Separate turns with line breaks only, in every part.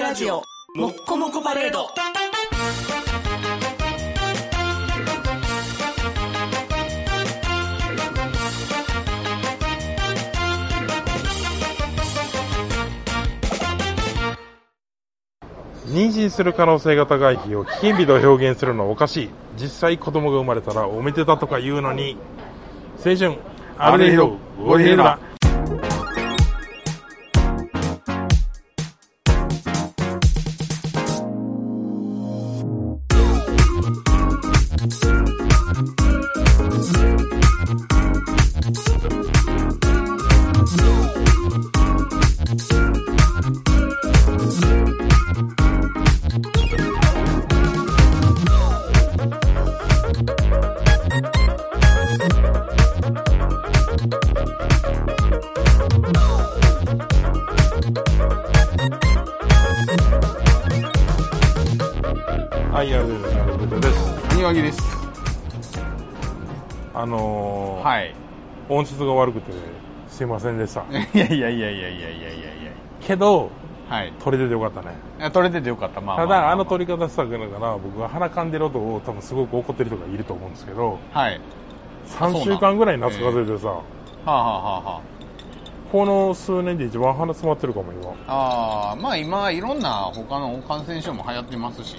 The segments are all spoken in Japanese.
ラジオもっこもこパレード
妊娠する可能性が高い日を危険日と表現するのはおかしい実際子供が生まれたらおめでたとか言うのに青春アルデヒドゴリエラはいアルデヒドのアルデヒドです
谷脇です
あのー
はい
音質が悪くてすいませんでした
いやいやいやいやいやいやいやいや
けど
はい
取れててよかったね
あ取れててよかったまあ
た
まま
だあ
ま
の取り方したから僕は鼻かんでる音を多分すごく怒ってる人がいると思うんですけど
はいそうな
3
ん
週間ぐらい夏風邪でさ
はあ、はあはあは
この数年で一番鼻詰まってるかも今
あ、あーまあ今いろんな他の感染症も流行ってますし、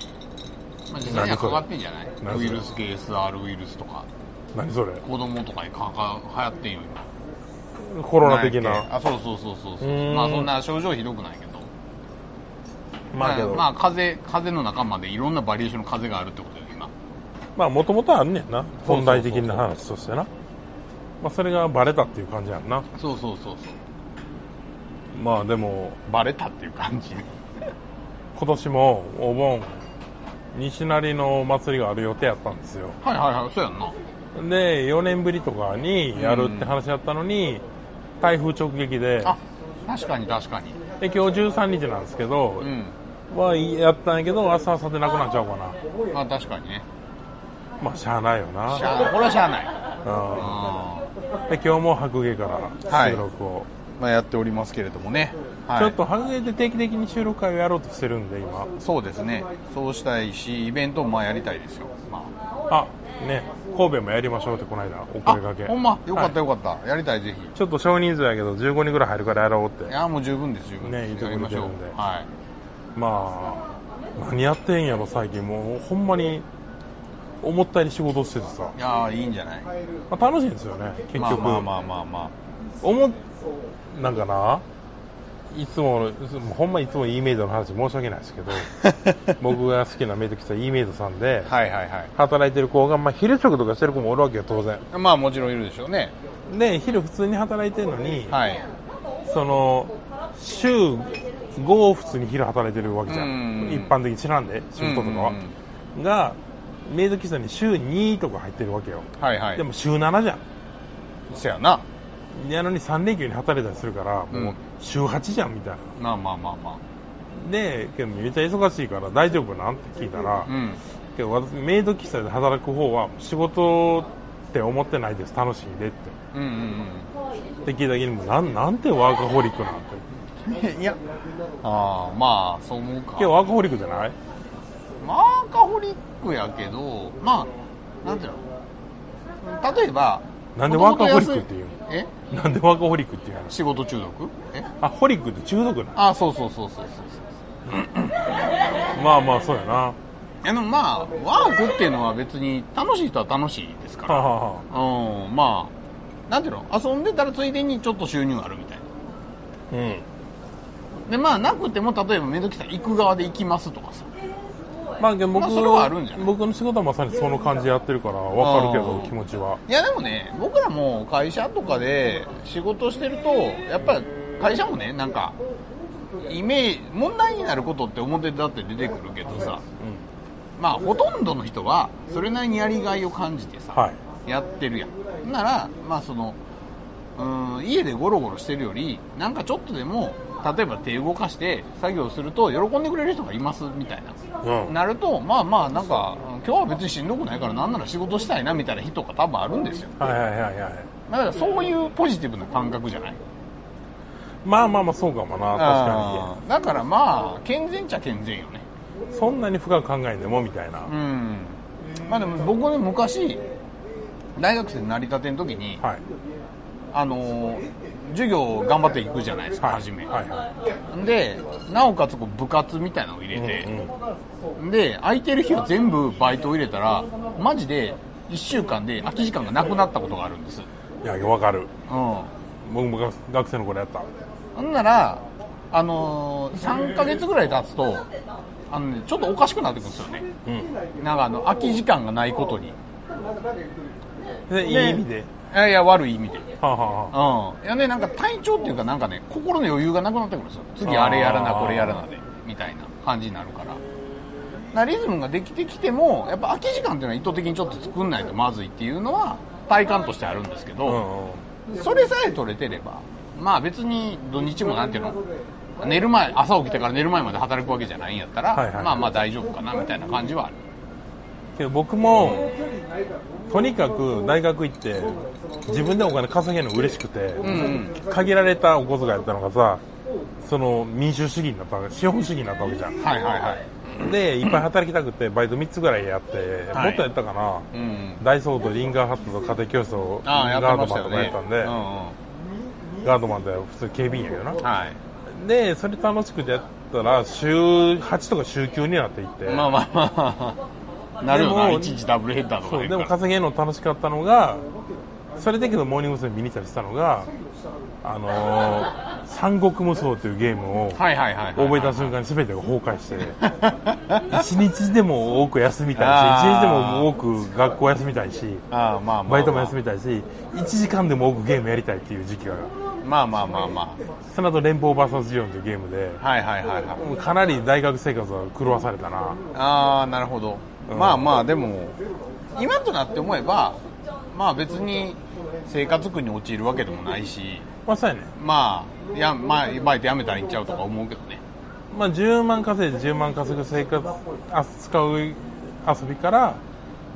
まあ、実際にはかかってんじゃない
何それ
ウイルス系 SR ウイルスとか
何それ
子供とかにかか流行ってんよ今
コロナ的
んや
な
っけあそうそうそうそうそう
うーん
まあそんな症状ひどくないけど
まあけど
まあ風邪風邪の中までいろんなバリエーションの風邪があるってことよ今
まあもともとあんねんな
そうそうそう
本題的な話としてなまあそれがバレたっていう感じやんな
そうそうそうそう
まあでも
バレたっていう感じ
今年もお盆西成の祭りがある予定やったんですよ
はいはいはいそうやんな
で4年ぶりとかにやるって話やったのに、台風直撃で
あ確かに確かに
で今日13日なんですけど
う、ん
はやったんやけど明日明後日なくなっちゃうかな
まあ確かにね
まあしゃあないよな
しゃあないこれはしゃあない
うんで今日も白芸から収録を、
まあやっておりますけれどもね、はい、
ちょっと白芸で定期的に収録会をやろうとしてるんで今
そうですねそうしたいしイベントもまあやりたいですよ、まあ、
あね神戸もやりましょうってこの間お声掛け
ほんまよかった
はい
よかった、やりたいぜひ
ちょっと少人数やけど15人ぐらい入るからやろうっ
い
て
やもう十分です十分です、
ね言って
や
く
り
れ
ま
て
し
る
ょうん
で
は
まあ何やってんやろ最近もうほんまに思ったより仕事しててさ、
いいやーいいんじゃない
まあ、楽しいんですよね結局、
まあまあまあまあま
思っなんかないつものいつもほんまいつもイーメイドの話申し訳ないですけ ど僕が好きなメイド喫茶イーメイドさんで、
あはいはいはい
働いてる子が、まあ、昼食とかしてる子もおるわけよ当然
まあもちろんいるでしょうね
で昼普通に働いてるのに、
はい
その週5普通に昼働いてるわけじゃん
うん
一般的に知らんで仕事とかは
うんうん
がメイド喫茶に週2とか入ってるわけよ
はいはい
でも週7じゃ
せやなん
やのに3連休に働いたりするから
う
もうん週8じゃんみたいな
まあまあまあま
でけどめっちゃ忙しいから大丈夫なんって聞いたら
あうん
けど私メイド喫茶で働く方は仕事って思ってないです楽しいでって
うんうん
って聞いた時にもなんなんてワーカホリックなんて
うん いやああまあそう思うか
今日ワーカホリックじゃない
マーカホリックやけどまあなんていうの例えば
なんでワーカホリックっていうの
え
なんでワーカホリックっていう話
仕事中毒え
あホリックって中毒な
あそうそうそうそうそう
まあまあそうやなは
でもまあワークっていうのは別に楽しい人は楽しいですか
あ、
ら
は
うんまあなんていうの遊んでたらついでにちょっと収入あるみたいな
あ、うん
でまあなくても例えばめんどくさい行く側で行きますとかさ
まあでも僕,、
まあそれはあるんじゃない
僕の仕事はまさにその感じでやってるからわかるけど
あー
気持ちはい
やでもね僕らも会社とかで仕事してるとやっぱり会社もねなんかイメージ問題になることって表だって出てくるけどさまあほとんどの人はそれなりにやりがいを感じてさ、
はい
やってるやんならまあそのうん家でゴロゴロしてるよりなんかちょっとでも例えば手動かして作業すると喜んでくれる人がいますみたいな
うん
なるとまあまあなんかうん今日は別にしんどくないからなんなら仕事したいなみたいな日とか多分あるんですよ
はいはいはいはい
だからそういうポジティブな感覚じゃない
まあまあまあそうかもな
あ
確
ーだからまあ健全っちゃ健全よね
かにそんなに深く考えんでもみたいな、
うんまあでも僕ね昔大学生成り立ての時に、
はい
あのー授業頑張っていくじゃないですか、
はい
初め、
はいは
でなおかつこう部活みたいなのを入れ
い、
て、
うんうん
で空いてる日を全部バイトを入れたらマジで1週間で空き時間がなくなったことがあるんです
いやわかる
うん
僕も学学生の頃やった
ほんならあのー、3ヶ月ぐらい経つとあの、ね、ちょっとおかしくなってくるんですよね
うん
なんかあの空き時間がないことにい
でいい意味で、
やいや悪い意味で
はあ、はあはあ、
うんいやねなんか体調っていうかなんかね心の余裕がなくなってくるんですよ次あれやらな
あー
これやらなでみたいな感じになるからなリズムができてきてもやっぱ空き時間っていうのは意図的にちょっと作んないとまずいっていうのは体感としてあるんですけ
う
ど、
んうん
それさえ取れてればまあ別に土日もなんていうの寝る前朝起きてから寝る前まで働くわけじゃないんやったら、
はいはい
まあまあ大丈夫かなみたいな感じはある
けど僕もとにかく大学行って自分でお金稼げるの嬉しくて、
ん
限られたお小遣いやったのがさその民主主義になったわけ資本主義になったわけじゃん
はいはいはい
でいっぱい働きたくてバイト3つぐらいやって、
はい
もっとやったかな、
うん
ダイソーとリンガーハットと家庭教室を
ああやっ
ガ
て
ー
ま
ド
した
マン
よ
とかや
ね
ったんで、
うんうん
ガードマンって普通警備員やけどな、
はい
でそれ楽しくてやったら週8とか週9になっていって、
まあまあまあ、なるよな、
でも
一日ダブルヘッダーとか
そう
ね
でも稼げるの楽しかったのがそれだけどモーニング娘。見に行ったりしたのが「あのー三国無双」というゲームを
はいはいはいはい。
覚えた
す。
瞬間に全てが崩壊して一日でも多く休みたいし一日で
あー
も多く学校休みたいし
ああ、まあまあ。
バイトも休
み。
みたいし1時間でも多くゲームやりたいっていう時期が
まあまあまあま
その後連邦 VS ジオン」というゲームで
あ。はいはいはいはい。
もうかなり大学生活は狂わされたな
ああ、なるほど。
うん
まあまあ、でも、今となって思えば、まあ別に生活苦に陥るわけでもないし、
まあそうやね
まあ、や、まあ、バイト辞めたら行っちゃうとか思うけどね。
まあ、10万稼いで10万稼ぐ生活あ使う遊びから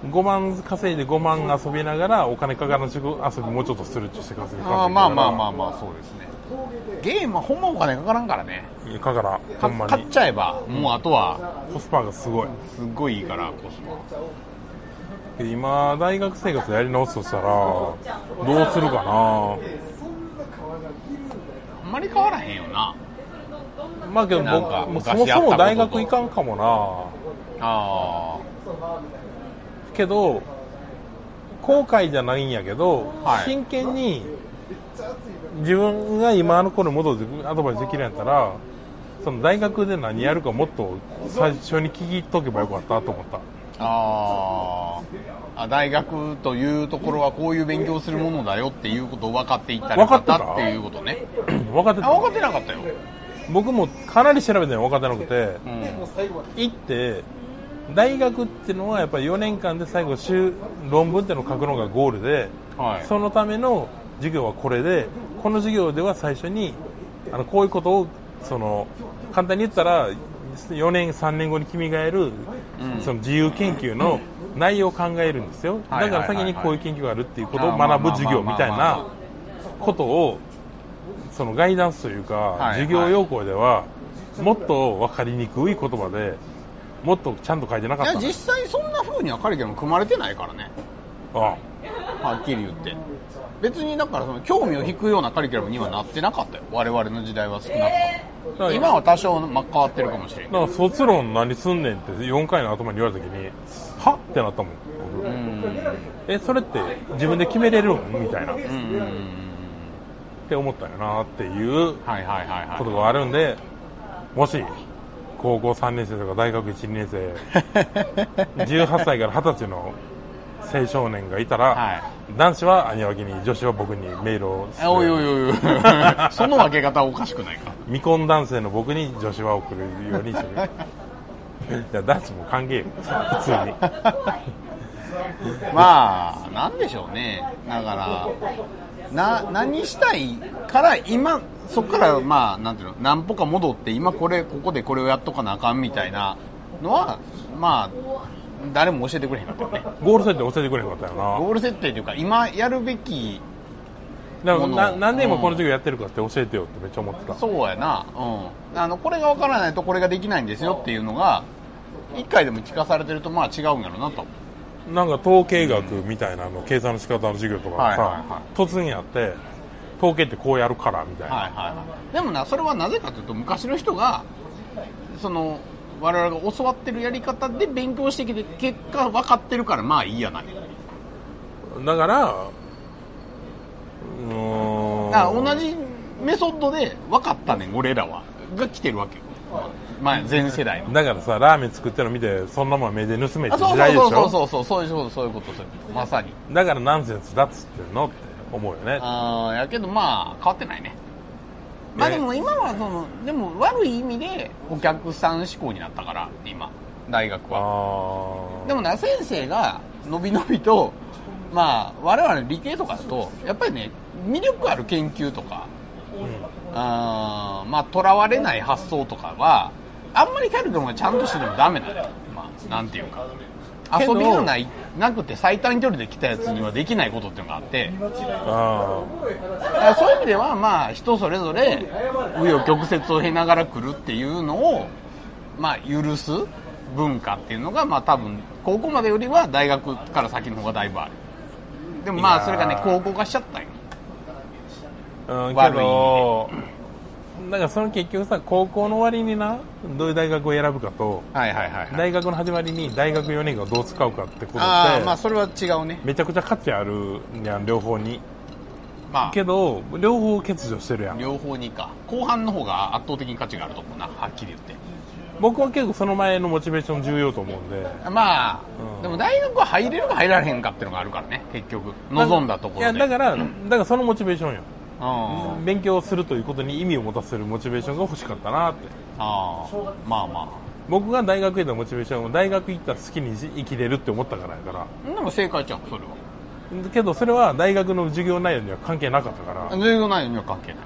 5万稼いで5万遊びながらお金かからの仕事遊びもうちょっとするっていう生活に変
あ
わ
あ
って
まあまあまあ
あ
まあ、そうですね。ゲームはほんまお金かからんからね。
かからんほ
か
んま
買っ
に
ちゃえば、もうあとは、
コスパがすごい
すっごいいいから、コスパ。
今大学生活やり直すとしたらどうするか
あんまり変わらへんよな。
なまあけど
なんか
僕
昔
そもそ
やったこと
も
と
大学行かんかも
あ
なけど後悔じゃないんやけど、
はい
真剣に自分が今の頃に戻ってアドバイスできるんやったらその大学で何やるかもっと最初に聞いとけばよかったと思った
ーあーあ大学というところはこういう勉強するものだよっていうことを分かっていったらよかった
分かっ
って
た
いうことね
分かって
あ分かって
た
なかったよ、
僕もかなり調べても分かってなくて
うん、
行って大学っていうのはやっぱり4年間で最後週論文っていうのを書くのがゴールで、
はい
そのための授業はこれでこの授業では最初にあのこういうことをその簡単に言ったら4年3年後に君がやる、その自由研究の内容を考えるんですよ
はいは
だか
いはい
ら
はい
先にこういう研究があるっていうことを学ぶ授業みたいなことをそのガイダンスというか、
いはい
授業要項ではもっと分かりにくい言葉でもっとちゃんと書いてなか
い
っ
や
た
実際そんな風にはカリキュラム組まれてないからね
あ
はっきり言って別にだからその興味を引くようなカリキュラムにはなってなかったよ我々の時代は少なくとも今は多少、ま、変わってるかもしれんけ
だ
ど
から卒論何すんねんって4回の頭に言われた時にはってなったもん僕えそれって自分で決めれるんみたいなっ
うんうんうん
て思ったよなっていう
はいはいはいはい
ことがあるんでもし高校3年生とか大学12年生 18歳から20歳の青少年がいたら、
はい
男子は兄脇に女子は僕にメールをする
おいおいおいおい その分け方はおかしくないか
未婚男性の僕に女子は送るようにす るいや男子も歓迎よ普通に。
まあなんでしょうねだからな何したいから今そこからまあなんていうの何歩か戻って今これここでこれをやっとかなあかんみたいなのはまあ誰も教えてくれへんかったよね
ゴール設定教えてくれへんかったよ
ゴール設定というか今やるべき
だから
もの
な何年もこの
うん
授業やってるかって教えてよってめっちゃ思ってた
そうやな、うん、あのこれが分からないとこれができないんですよっていうのが1回でも聞かされてるとまあ違うんやろなと
なんか統計学みたいなの、計算の仕方の授業とかがさ、
はいはいは
突然やって統計ってこうやるからみたいな、
はいはいはい、でもなそれはなぜかというと昔の人がその我々が教わってるやり方で勉強してきて結果分かってるからまあいいやない
だからうーん
だから同じメソッドで分かったねん俺らはが来てるわけよ、まあ、前世代の
だからさラーメン作ってるの見てそんなもんは目で盗めって
あそ
時
うそ
代
う
でしょ
そうそうそうそうそうそういうことそういうことまさに
だからナンセンスだっつってんのって思うよね
あーやけどまあ変わってないねまあでも今はそのでも悪い意味でお客さん志向になったから今大学は
あー
でもな先生がのびのびとまあ我々理系とかだとやっぱりね魅力ある研究とかあーまあとらわれない発想とかはあんまり彼でもちゃんとしててもダメだよ、まあ、なんていうか
けど
遊びがないなくて最短距離で来たやつにはできないことっていうのがあって
あ
だからそういう意味ではまあ人それぞれ紆余曲折を経ながら来るっていうのをまあ許す文化っていうのがまあ多分高校までよりは大学から先の方がだいぶあるでもま
いや
あ
ー
それがね高校化しちゃったんよ
ーうん
悪い
けどだからその結局さ高校の終わりになどういう大学を選ぶかと
はいはいはい、
大学の始まりに大学4年間をどう使うかってことって
ああまあそれは違うね
めちゃくちゃ価値あるやん両方に
ま
けど両方欠如してるや
あ
ん
両方にか後半の方が圧倒的に価値があると思うなはっきり言って
僕は結構その前のモチベーション重要と思うんで
まあ、
うん
でも大学は入れるか入られへんかっていうのがあるからね結局望んだところで
いやだからだからそのモチベーションよ
うん
勉強するということに意味を持たせるモチベーションが欲しかったなって
ああまあま
僕が大学へのモチベーションを大学行ったら好きに生きれるって思ったからやか
あでも正解ちゃうそれは
らけどそれは大学の授業内容には関係なかったから
全然ないには関係ない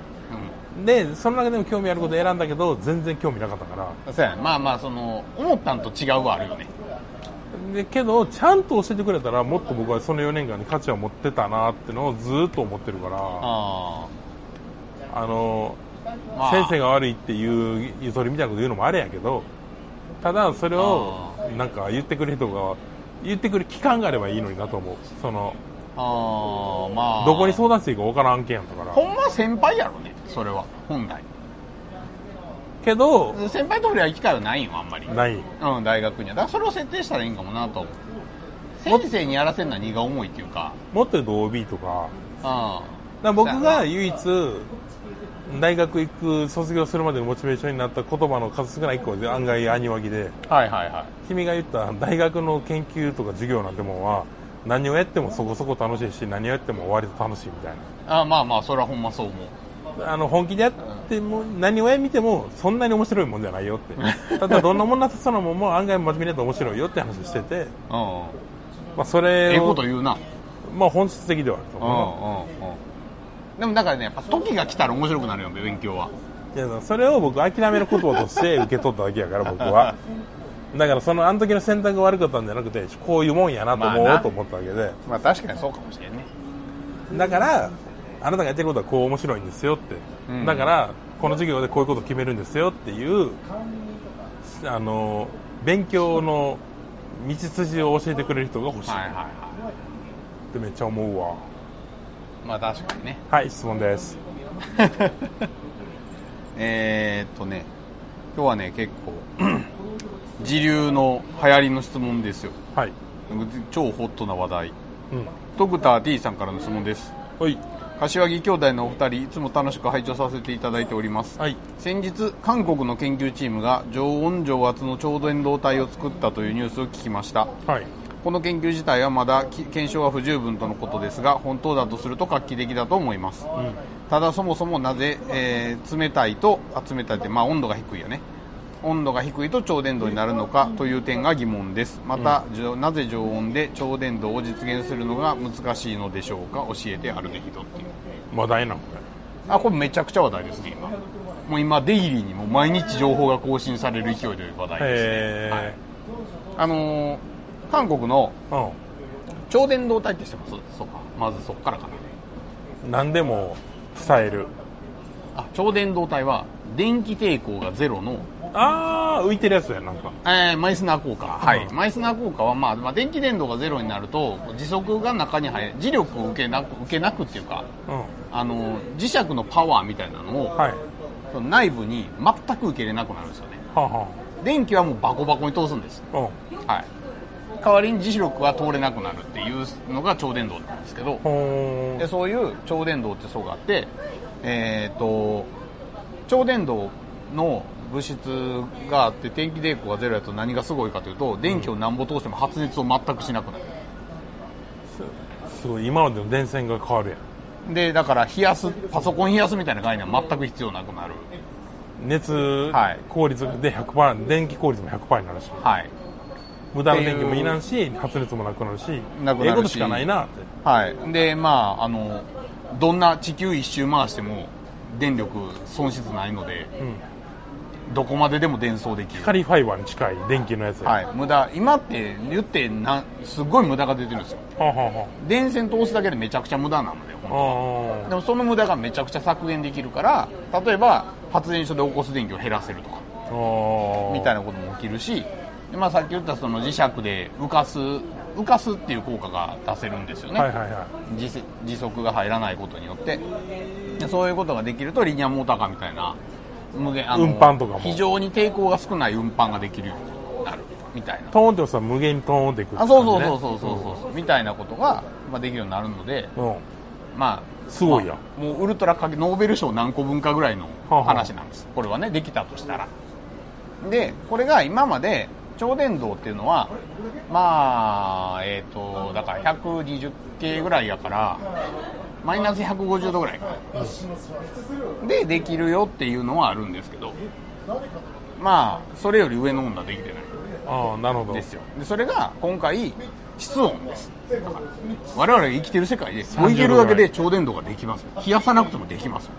でその中でも興味あることを選んだけど全然興味なかったから
うんそうやねまあまあその思ったんと違うはあるよね
でけどちゃんと教えてくれたらもっと僕はその4年間に価値を持ってたなってのをずーっと思ってるから
あ
あの、
あ、まあ、
先生が悪いっていうゆとりみたいなこと言うのもあれやけどただそれをなんか言ってくれる人が言ってくれる期間があればいいのになと思うその
ああまあ
どこに相談していいか分からん案件やったから
ほんまは先輩やろねそれは本来
けど
先輩と触れ合い機会はないよあんまり
ない
うん大学にはだからそれを設定したらいいんかもなと思う先生にやらせるのは荷が重いっていうか
もっと言うと OB とか
あ
だから僕が唯一大学行く卒業するまでのモチベーションになった言葉の数少ない1個で案外兄脇で
あはいはいはい
君が言った大学の研究とか授業なんてもんは何をやってもそこそこ楽しいし何をやっても割と楽しいみたい
ああまあまあそれはほんまそう思う
なあの本気でやっても何をや見てもそんなに面白いもんじゃないよって ただどんなもんなさそうなもんも案外真面目だと面白いよって話してて、
うん
まあ、それ
ええこ
を
と言うな
まあ、本質的ではあると
う
思
んうんうんでもだからねやっぱ時が来たら面白くなるよ勉強は
うないやそれを僕諦める言葉として受け取っただけやから僕 はだからそのあの時の選択が悪かったんじゃなくてこういうもんやなと思
まあ
おう
な
と思ったわけで
まあ確かにそうかもしれんね
だからあなたがやってることはこう面白いんですよって、
うん
だからこの授業でこういうことを決めるんですよっていうあの勉強の道筋を教えてくれる人が欲しい
はいはい
っ
は
てめっちゃ思うわ
いまあ確かにね
はい質問です
えーっとね今日はね結構 時流の流行りの質問ですよ
はい
超ホットな話題
うん
ドクター T さんからの質問です
はい
柏木兄弟のお二人いつも楽しく拝聴させていただいております、
はい
先日韓国の研究チームが常温常圧の超伝導体を作ったというニュースを聞きました
はい
この研究自体はまだき検証は不十分とのことですが本当だとすると画期的だと思います、ただそもそもなぜ、えー冷たいとあ冷たいってまあ温度が低いよね温度が低いと超伝導になるのかという点が疑問ですまた、じょなぜ常温で超伝導を実現するのが難しいのでしょうか教えてあるべきとっていう
話題なのこ
あこれめちゃくちゃ話題ですね今もう今デイリーにも毎日情報が更新される勢いという話題
れ
ですね、はい
へ
あのー韓国の
え、うん
超電導体ってしてますそうかまずそっからかな
何でも伝える
あ超電導体は電気抵抗がゼロの、
ああ浮いてるやつやなんか
えーマイスナー効果、はい
うん
マイスナー効果は、まあまあ、電気伝導がゼロになると磁束が中に入る磁力を受けなく受けなくっていうか
うん
あの磁石のパワーみたいなのを、
はい
その内部に全く受けれなくなるんですよね
はあは
電気はもうバコバコに通すんです、
あうん
はい、代わりに磁力は通れなくなるっていうのが超電導なんですけど、
ほ
で
ー
そういう超電導って層があって、えー、と超電導の物質があって電気抵抗がゼロやと何がすごいかというと電気をなんぼ通しても発熱を全くしなくなる
すごい今までの電線が変わるやん
でだから冷やすパソコン冷やすみたいな概念は全く必要なくなる
熱、
はい
効率で100%電気効率も100%になるし
はい
無駄な電気もいらんし発熱もなくなるし
なくなるし
ええことしかないなって
はいでまああのどんな地球一周回しても電力損失ないので、どこまででも伝送できる
光ファイバーに近い電気のやつや
はい、無駄今って言ってなんすっごい無駄が出てるんですよ
はあはあは
電線通すだけでめちゃくちゃ無駄なのでほん
あ
と
あ
でもその無駄がめちゃくちゃ削減できるから例えば発電所で起こす電気を減らせるとか
あー
みたいなことも起きるしで、まあ、さっき言ったその磁石で浮かす浮かすっていう効果が出せるんですよね、
はいはいはい
時速時速が入らないことによってでそういうことができるとリニアモーターカーみたいな無限あの
運搬とかも
非常に抵抗が少ない運搬ができるようになるみたいな
トーンって押したら無限にトーンっていくって
あ
感じね、
そうそうそうそうそうそうそうみたいなことが、まあ、できるようになるので、
うん、うん
まあ、
すごいやん
まあもうウルトラかけノーベル賞何個分かぐらいの
あはあ
話なんです、これはねできたとしたらでこれが今まで超電導っていうのはまあえっ、とだから120系ぐらいやからマイナス150度ぐらいかなでできるよっていうのはあるんですけどまあそれより上の温度はできてない
ああなるほど
ですよでそれが今回室温です我々が生きてる世界で置いてるだけで超電導ができます冷やさなくてもできます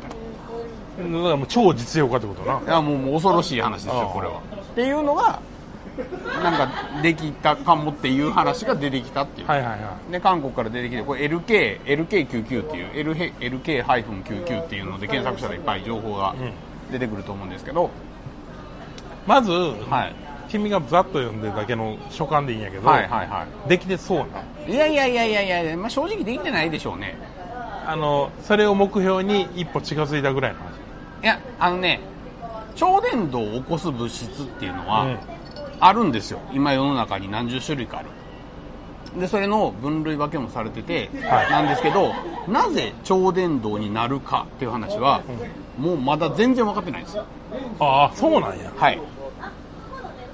みたいな
だからもう超実用化ってことない
やもうもう恐ろしい話です
あ
よ
あ
これはっていうのがなんかできたかもっていう話が出てきたっていう、
はいはいは
で韓国から出てきてこれ LK LK99 っていう LK- LK-99 っていうので検索したらいっぱい情報が出てくると思うんですけど、
いまず、
はい、
君がざっと読んでるだけの書簡でいいんやけど、
はいはいは
できてそうない
いやいやいやいやいや、まあ、正直できてないでしょうね
あのそれを目標に一歩近づいたぐらいの話
いやあのね超伝導を起こす物質っていうのは、
うん
あるんですよ今世の中に何十種類かあるでそれの分類分けもされてて、
はい
なんですけどなぜ超伝導になるかっていう話は、もうまだ全然分かってないんですよ
ああそうなんや
はい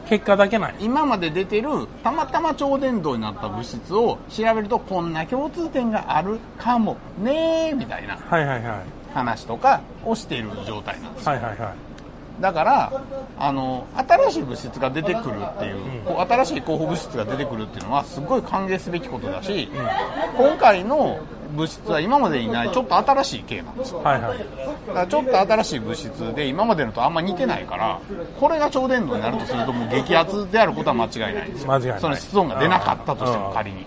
結果だけない
今まで出てるたまたま超伝導になった物質を調べるとこんな共通点があるかもねーみたいな
はいはいはい
話とかをしている状態なんです
はいはいはい
だからあの新しい物質が出てくるっていう、こう新しい候補物質が出てくるっていうのはすごい歓迎すべきことだし、今回の物質は今までにないちょっと新しい系なんですよ
はいはい
だからちょっと新しい物質で今までのとあんま似てないからこれが超電導になるとするともう激アツであることは間違いないですよ
間違いない
その室温が出なかったとして
う
も
ん
仮に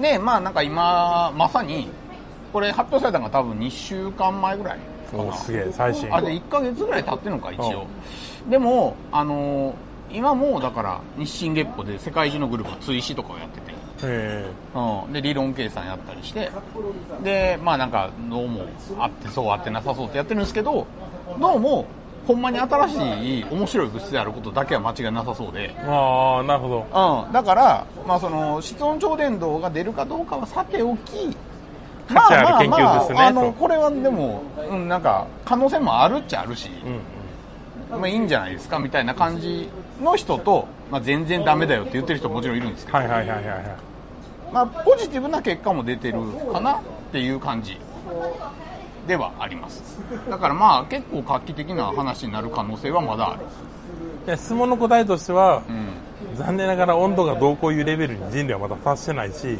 でまあなんか今まさにこれ発表されたのが多分2週間前ぐらいか
お
な
ーすげえ最新
あで1ヶ月ぐらい経ってるのか一応でもあのー今もうだから日進月歩で世界中のグループが追試とかをやってて、
え
うん、で理論計算やったりしてでまあなんかどうもあってそうあってなさそうってやってるんですけどどうもほんまに新しい面白い物質であることだけは間違いなさそうで、
えああなるほど
うん、だから、まあ、その室温超伝導が出るかどうかはさておき
価値ある研究ですね
まあまあまああの
と
これはでも、うん、なんか可能性もあるっちゃあるし、
うんうん
まあ、いいんじゃないですかみたいな感じの人と、まあ、全然ダメだよって言ってる人ももちろんいるんですけど、
はいはいはいはいはい
まあ、ポジティブな結果も出てるかなっていう感じではありますだからまあ結構画期的な話になる可能性はまだある、
いや質問の答えとしては、
う
残念ながら温度がどうこういうレベルに人類はまだ達してないし
ん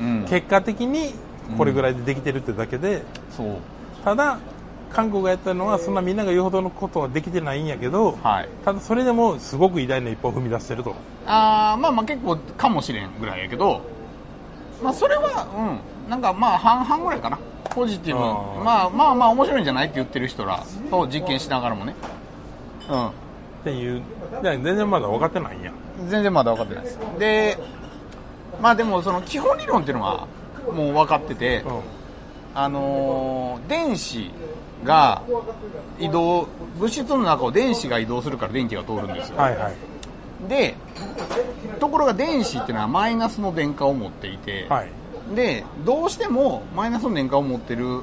うん、
結果的にこれぐらいでできてるってだけで、
そう
ただ韓国がやったのはそんなみんなが言うほどのことはできてないんやけど、
はい
ただそれでもすごく偉大な一歩を踏み出してると
あーまあまあ結構かもしれんぐらいやけど、まあ、それは、なんかまあ半々ぐらいかなポジティブ
あー
まあまあまあ面白いんじゃないって言ってる人らと実験しながらもねうん
っていう、いや全然まだ分かってないんや。
全然まだ分かってないですでまあでもその基本理論っていうのはもう分かってて、
うん。
あのー電子が移動物質の中を電子が移動するから電気が通るんですよ、
はいはい。
でところが電子っていうのはマイナスの電荷を持っていて、
はい。
でどうしてもマイナスの電荷を持ってる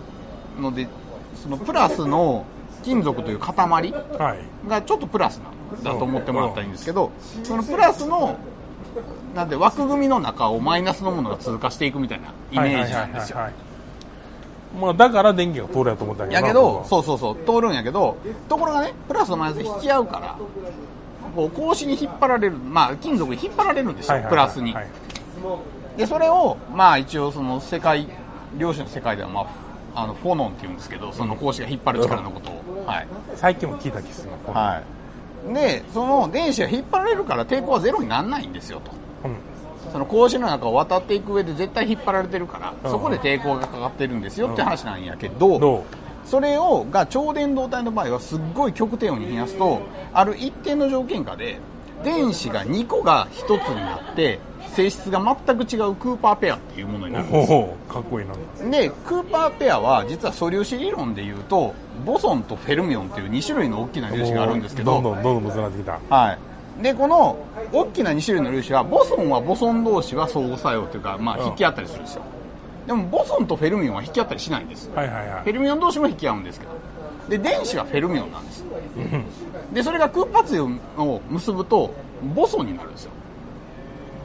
のでそのプラスの金属という塊
はい。
がちょっとプラスなんだと思ってもらったらいいんですけど、そのプラスのなんで枠組みの中をマイナスのものが通過していくみたいなイメージなんですよ。
はいはいはいはいまあ、だから電気が通るやと思ったけどな。
やけど、
僕は
そうそうそう、通るんやけど、ところがね、プラスとマイナスで引き合うから、こう、格子に引っ張られる、まあ、金属に引っ張られるんですよ、
はいはいはい
プラスに。
はい
で、それを、まあ、一応、その、世界、量子の世界では、まあ、あの、フォノンって言うんですけど、その格子が引っ張る力のことを。はい。
最近も聞いた気がするな。
はい。で、その、電子が引っ張られるから抵抗はゼロにならないんですよ、と。
うん。
その格子の中を渡っていく上で絶対引っ張られてるから、
うん
そこで抵抗がかかってるんですよって話なんやけど、
ど
それをが超電導体の場合はすっごい極低温に冷やすとある一定の条件下で電子が2個が1つになって性質が全く違うクーパーペアっていうものに
う
なるん
お
ですよ
おかっこいいな。
でクーパーペアは実は素粒子理論でいうとボソンとフェルミオンっていう2種類の大きな粒子があるんですけど
どんどんどんどん難しくなってき
はい、でこの大きな2種類の粒子はボソンはボソン同士は相互作用というか、まあ、
うん
引き合ったりするんですよ、でもボソンとフェルミオンは引き合ったりしないんです、
た。はいはいは
フェ
い。
ルミオン同士も引き合うんですけどで電子がフェルミオンなんですでそれが空発イオンを結ぶとボソンになるんですよ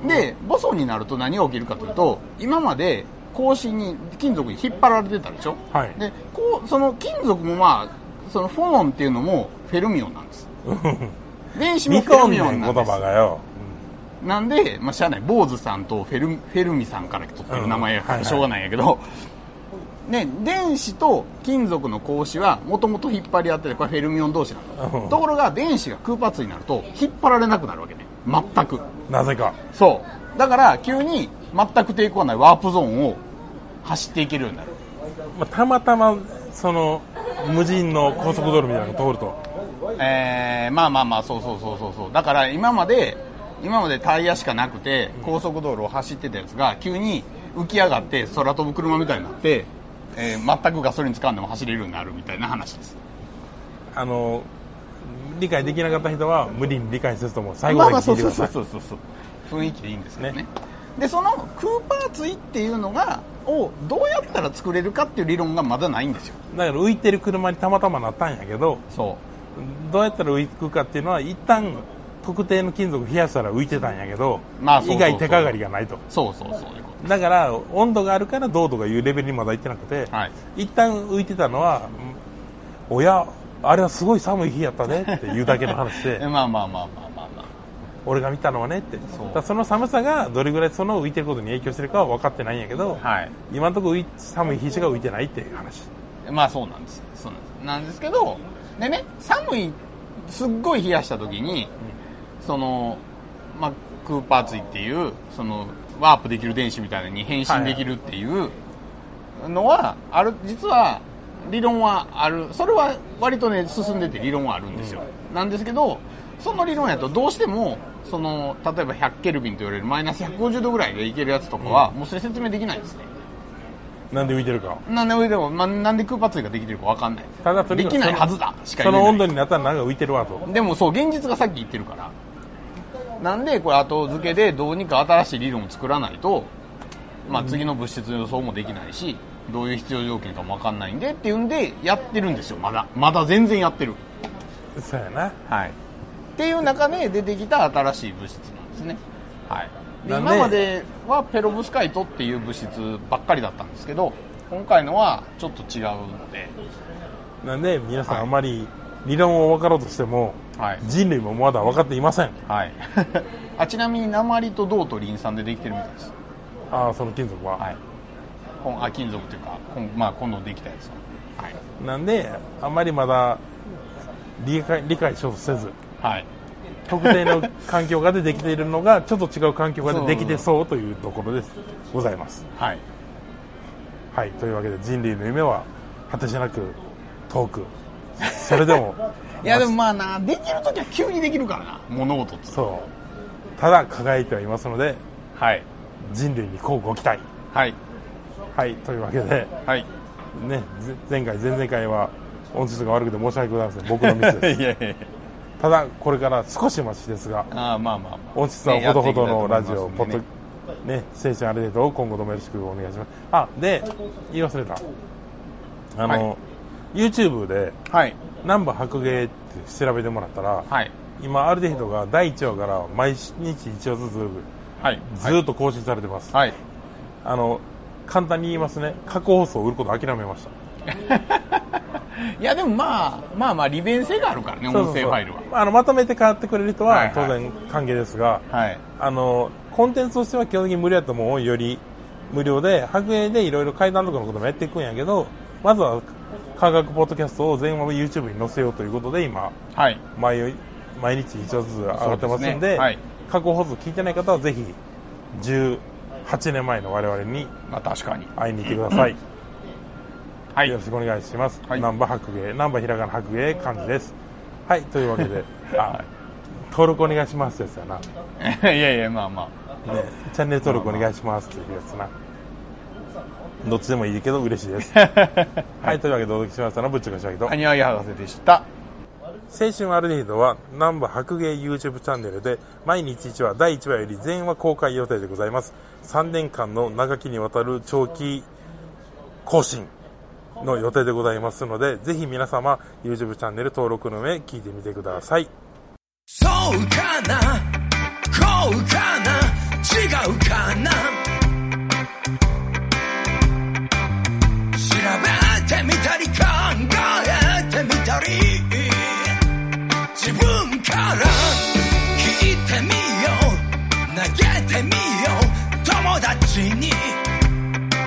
でボソンになると何が起きるかというと今まで格子に金属に引っ張られてたでしょ、
はい
でこうその金属もまあそのフォノンっていうのもフェルミオンなんです電子も
見
フェル
込ん
ミ
ね
オン
ん
な
言
んで
葉
す
がよ。
なんで、まあ、しゃあない坊主さんとフェルフェルミさんから取ってる名前やか
うんはいは
ら
い
しょうがないんやけど、ね、電子と金属の格子はもともと引っ張り合っててこれフェルミオン同士な
うん
のところが電子が空発になると引っ張られなくなるわけね全く
なぜか。
そうだから急に全く抵抗がないワープゾーンを走っていけるようになる
まあ、たまたま、その、無人の高速道路みたいなのが通ると。
えー、まあまあまあそうそうそうそうそうだから今まで今までタイヤしかなくて高速道路を走ってたやつが急に浮き上がって空飛ぶ車みたいになって、えー全くガソリン使わんでも走れるようになるみたいな話です
あの、理解できなかった人は無理に理解せずとも最後
まあ
ま
ま
で
あそ
聞いうてく
そう
ださ
そう
い。
そうそう雰囲気でいいんですけどね
ね
でそのクーパーツイっていうのがをどうやったら作れるかっていう理論がまだないんですよ
だから浮いてる車にたまたまなったんやけど、
そ
どうやったら浮くかっていうのは一旦特定の金属を冷やしたら浮いてたんやけど、
まあそうそうそう
以外手がかりがないと
うそうそうそういうこ
だから温度があるからどうとかいうレベルにまだ行ってなくて、
とはい
一旦浮いてたのは「おやあれはすごい寒い日やったね」っていうだけの話
え
で
まあまあまあまあまあまあ
俺が見たのはねって
そう
だからその寒さがどれぐらいその浮いてることに影響してるかは分かってないんやけど、
はい
今のところ浮い寒い日しか浮いてないっていう話
まあそうなんですそうなんですなんですけどでね寒いすっごい冷やした時に、その、まあ、クーパーツイっていうそのワープできる電子みたいなのに変身できるっていうのはある実は理論はあるそれは割とね進んでて理論はあるんですよ、なんですけどその理論やとどうしてもその例えば100ケルビンと言われるマイナス150度ぐらいでいけるやつとかは、もうそれ説明できないですね
なんで浮いてるか
なんで俺でも、ま、なんで空発ができてるかわかんない。
ただと
で
にかく
きないはずだ。しか
そ
言え
の
ない
温度になったらなんか浮いてるわと
でもそう、現実がさっき言ってるから。なんで、これ後付けでどうにか新しい理論を作らないと、まあ次の物質の予想もできないし、どういう必要条件かもわかんないんでっていうんで、やってるんですよ、まだ。まだ全然やってる。
そうやな
はい。っていう中で出てきた新しい物質なんですね。はい。
な
で
んで
今まではペロブスカイトっていう物質ばっかりだったんですけど、今回のはちょっと違うので、
なんで皆さんあまり理論を分かろうとしても、
はい
人類もまだ分かっていません
はい、 あちなみに鉛と銅とリン酸でできてるみたいです、
ああその金属は、
はい、こんあ金属というかこん、まあ、今度できたやつははい、
なんであまりまだ理解理解しようとせず
はい、
特定の環境下でできているのがちょっと違う環境下でできてそうというところですございます
はい、
はい、というわけで人類の夢は果てしなく遠くそれでも
いやでもまあなできる時は急にできるからな物事って
そうただ輝いてはいますので
はい
人類にこうご期待
はい
はいというわけで
はい
ねぜ前回前々回は音質が悪くて申し訳ございません僕のミス
いや
です
いやいや
ただこれから少し待ちですが
ああまあまあまあ
音質はほどほどのラジオ、
ね
ポッド
やっていきたいと思いますんでね
ね精神ある程度を今後ともよろしくお願いしますあで言い忘れたあの、
は
YouTube で
はい
南部白芸って調べてもらったら、
はい
今ある程度が第1話から毎日1話ず
はい
つずーっと更新されてます、
はい
あの簡単に言いますね過去放送を売ることを諦めました
いやでもまあまあまあ利便性があるからね
そう
音
そう
声
そう
ファイルは
あのまとめて買ってくれる人
はい
は
は
当
い
然歓迎ですが、
はい
あのコンテンツとしては基本的に無料やと思うより無料で白営でいろいろ会談とかのこともやっていくんやけどまずは科学ポッドキャストを全話 YouTube に載せようということで今
はい
毎毎日一話ずつ上がってますんで
そうですねはい
過去放送聞いてない方はぜひ18年前の我々に
まあ確かに
会いに行ってください、
はい
よろしくお願いします、
はい
南波白芸南波ひらがな白芸漢字ですはいというわけであ登録お願いしますですよな、ね、
いやいやまあま
チャンネル登録お願いしますっていうやつなどっちでもいいけど嬉しいです はいというわけでお届けしましたのはぶっちょかしわけと
あ谷合博士でした
青春アルデヒドは南部白芸 YouTube チャンネルで毎日1話第1話より全話公開予定でございます3年間の長きにわたる長期更新の予定でございますのでぜひ皆様 YouTube チャンネル登録の上聞いてみてください
そうかなこうかな違うかな調べてみたり考えてみたり自分から聞いてみよう投げてみよう友達に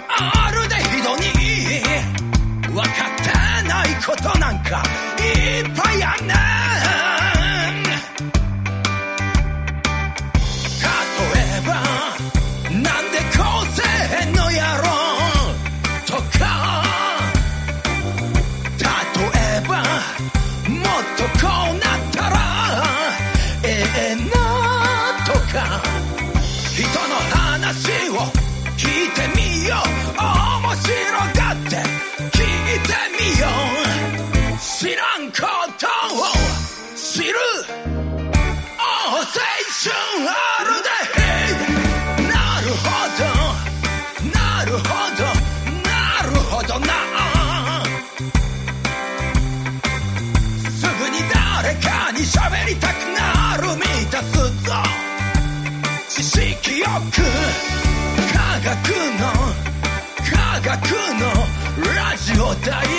あるでひどに分かってないことなんかいっぱいあんねん例えばなんでこうせえんのやろとか例えばもっとこうなったらええなとか人の話を聞いてみよう面白がって聞いてみよう知らんことを知る青春あるでなるほどなるほどなるほどなすぐに誰かに喋りたくなる満たすぞ知識欲科学の科学のラジオだよ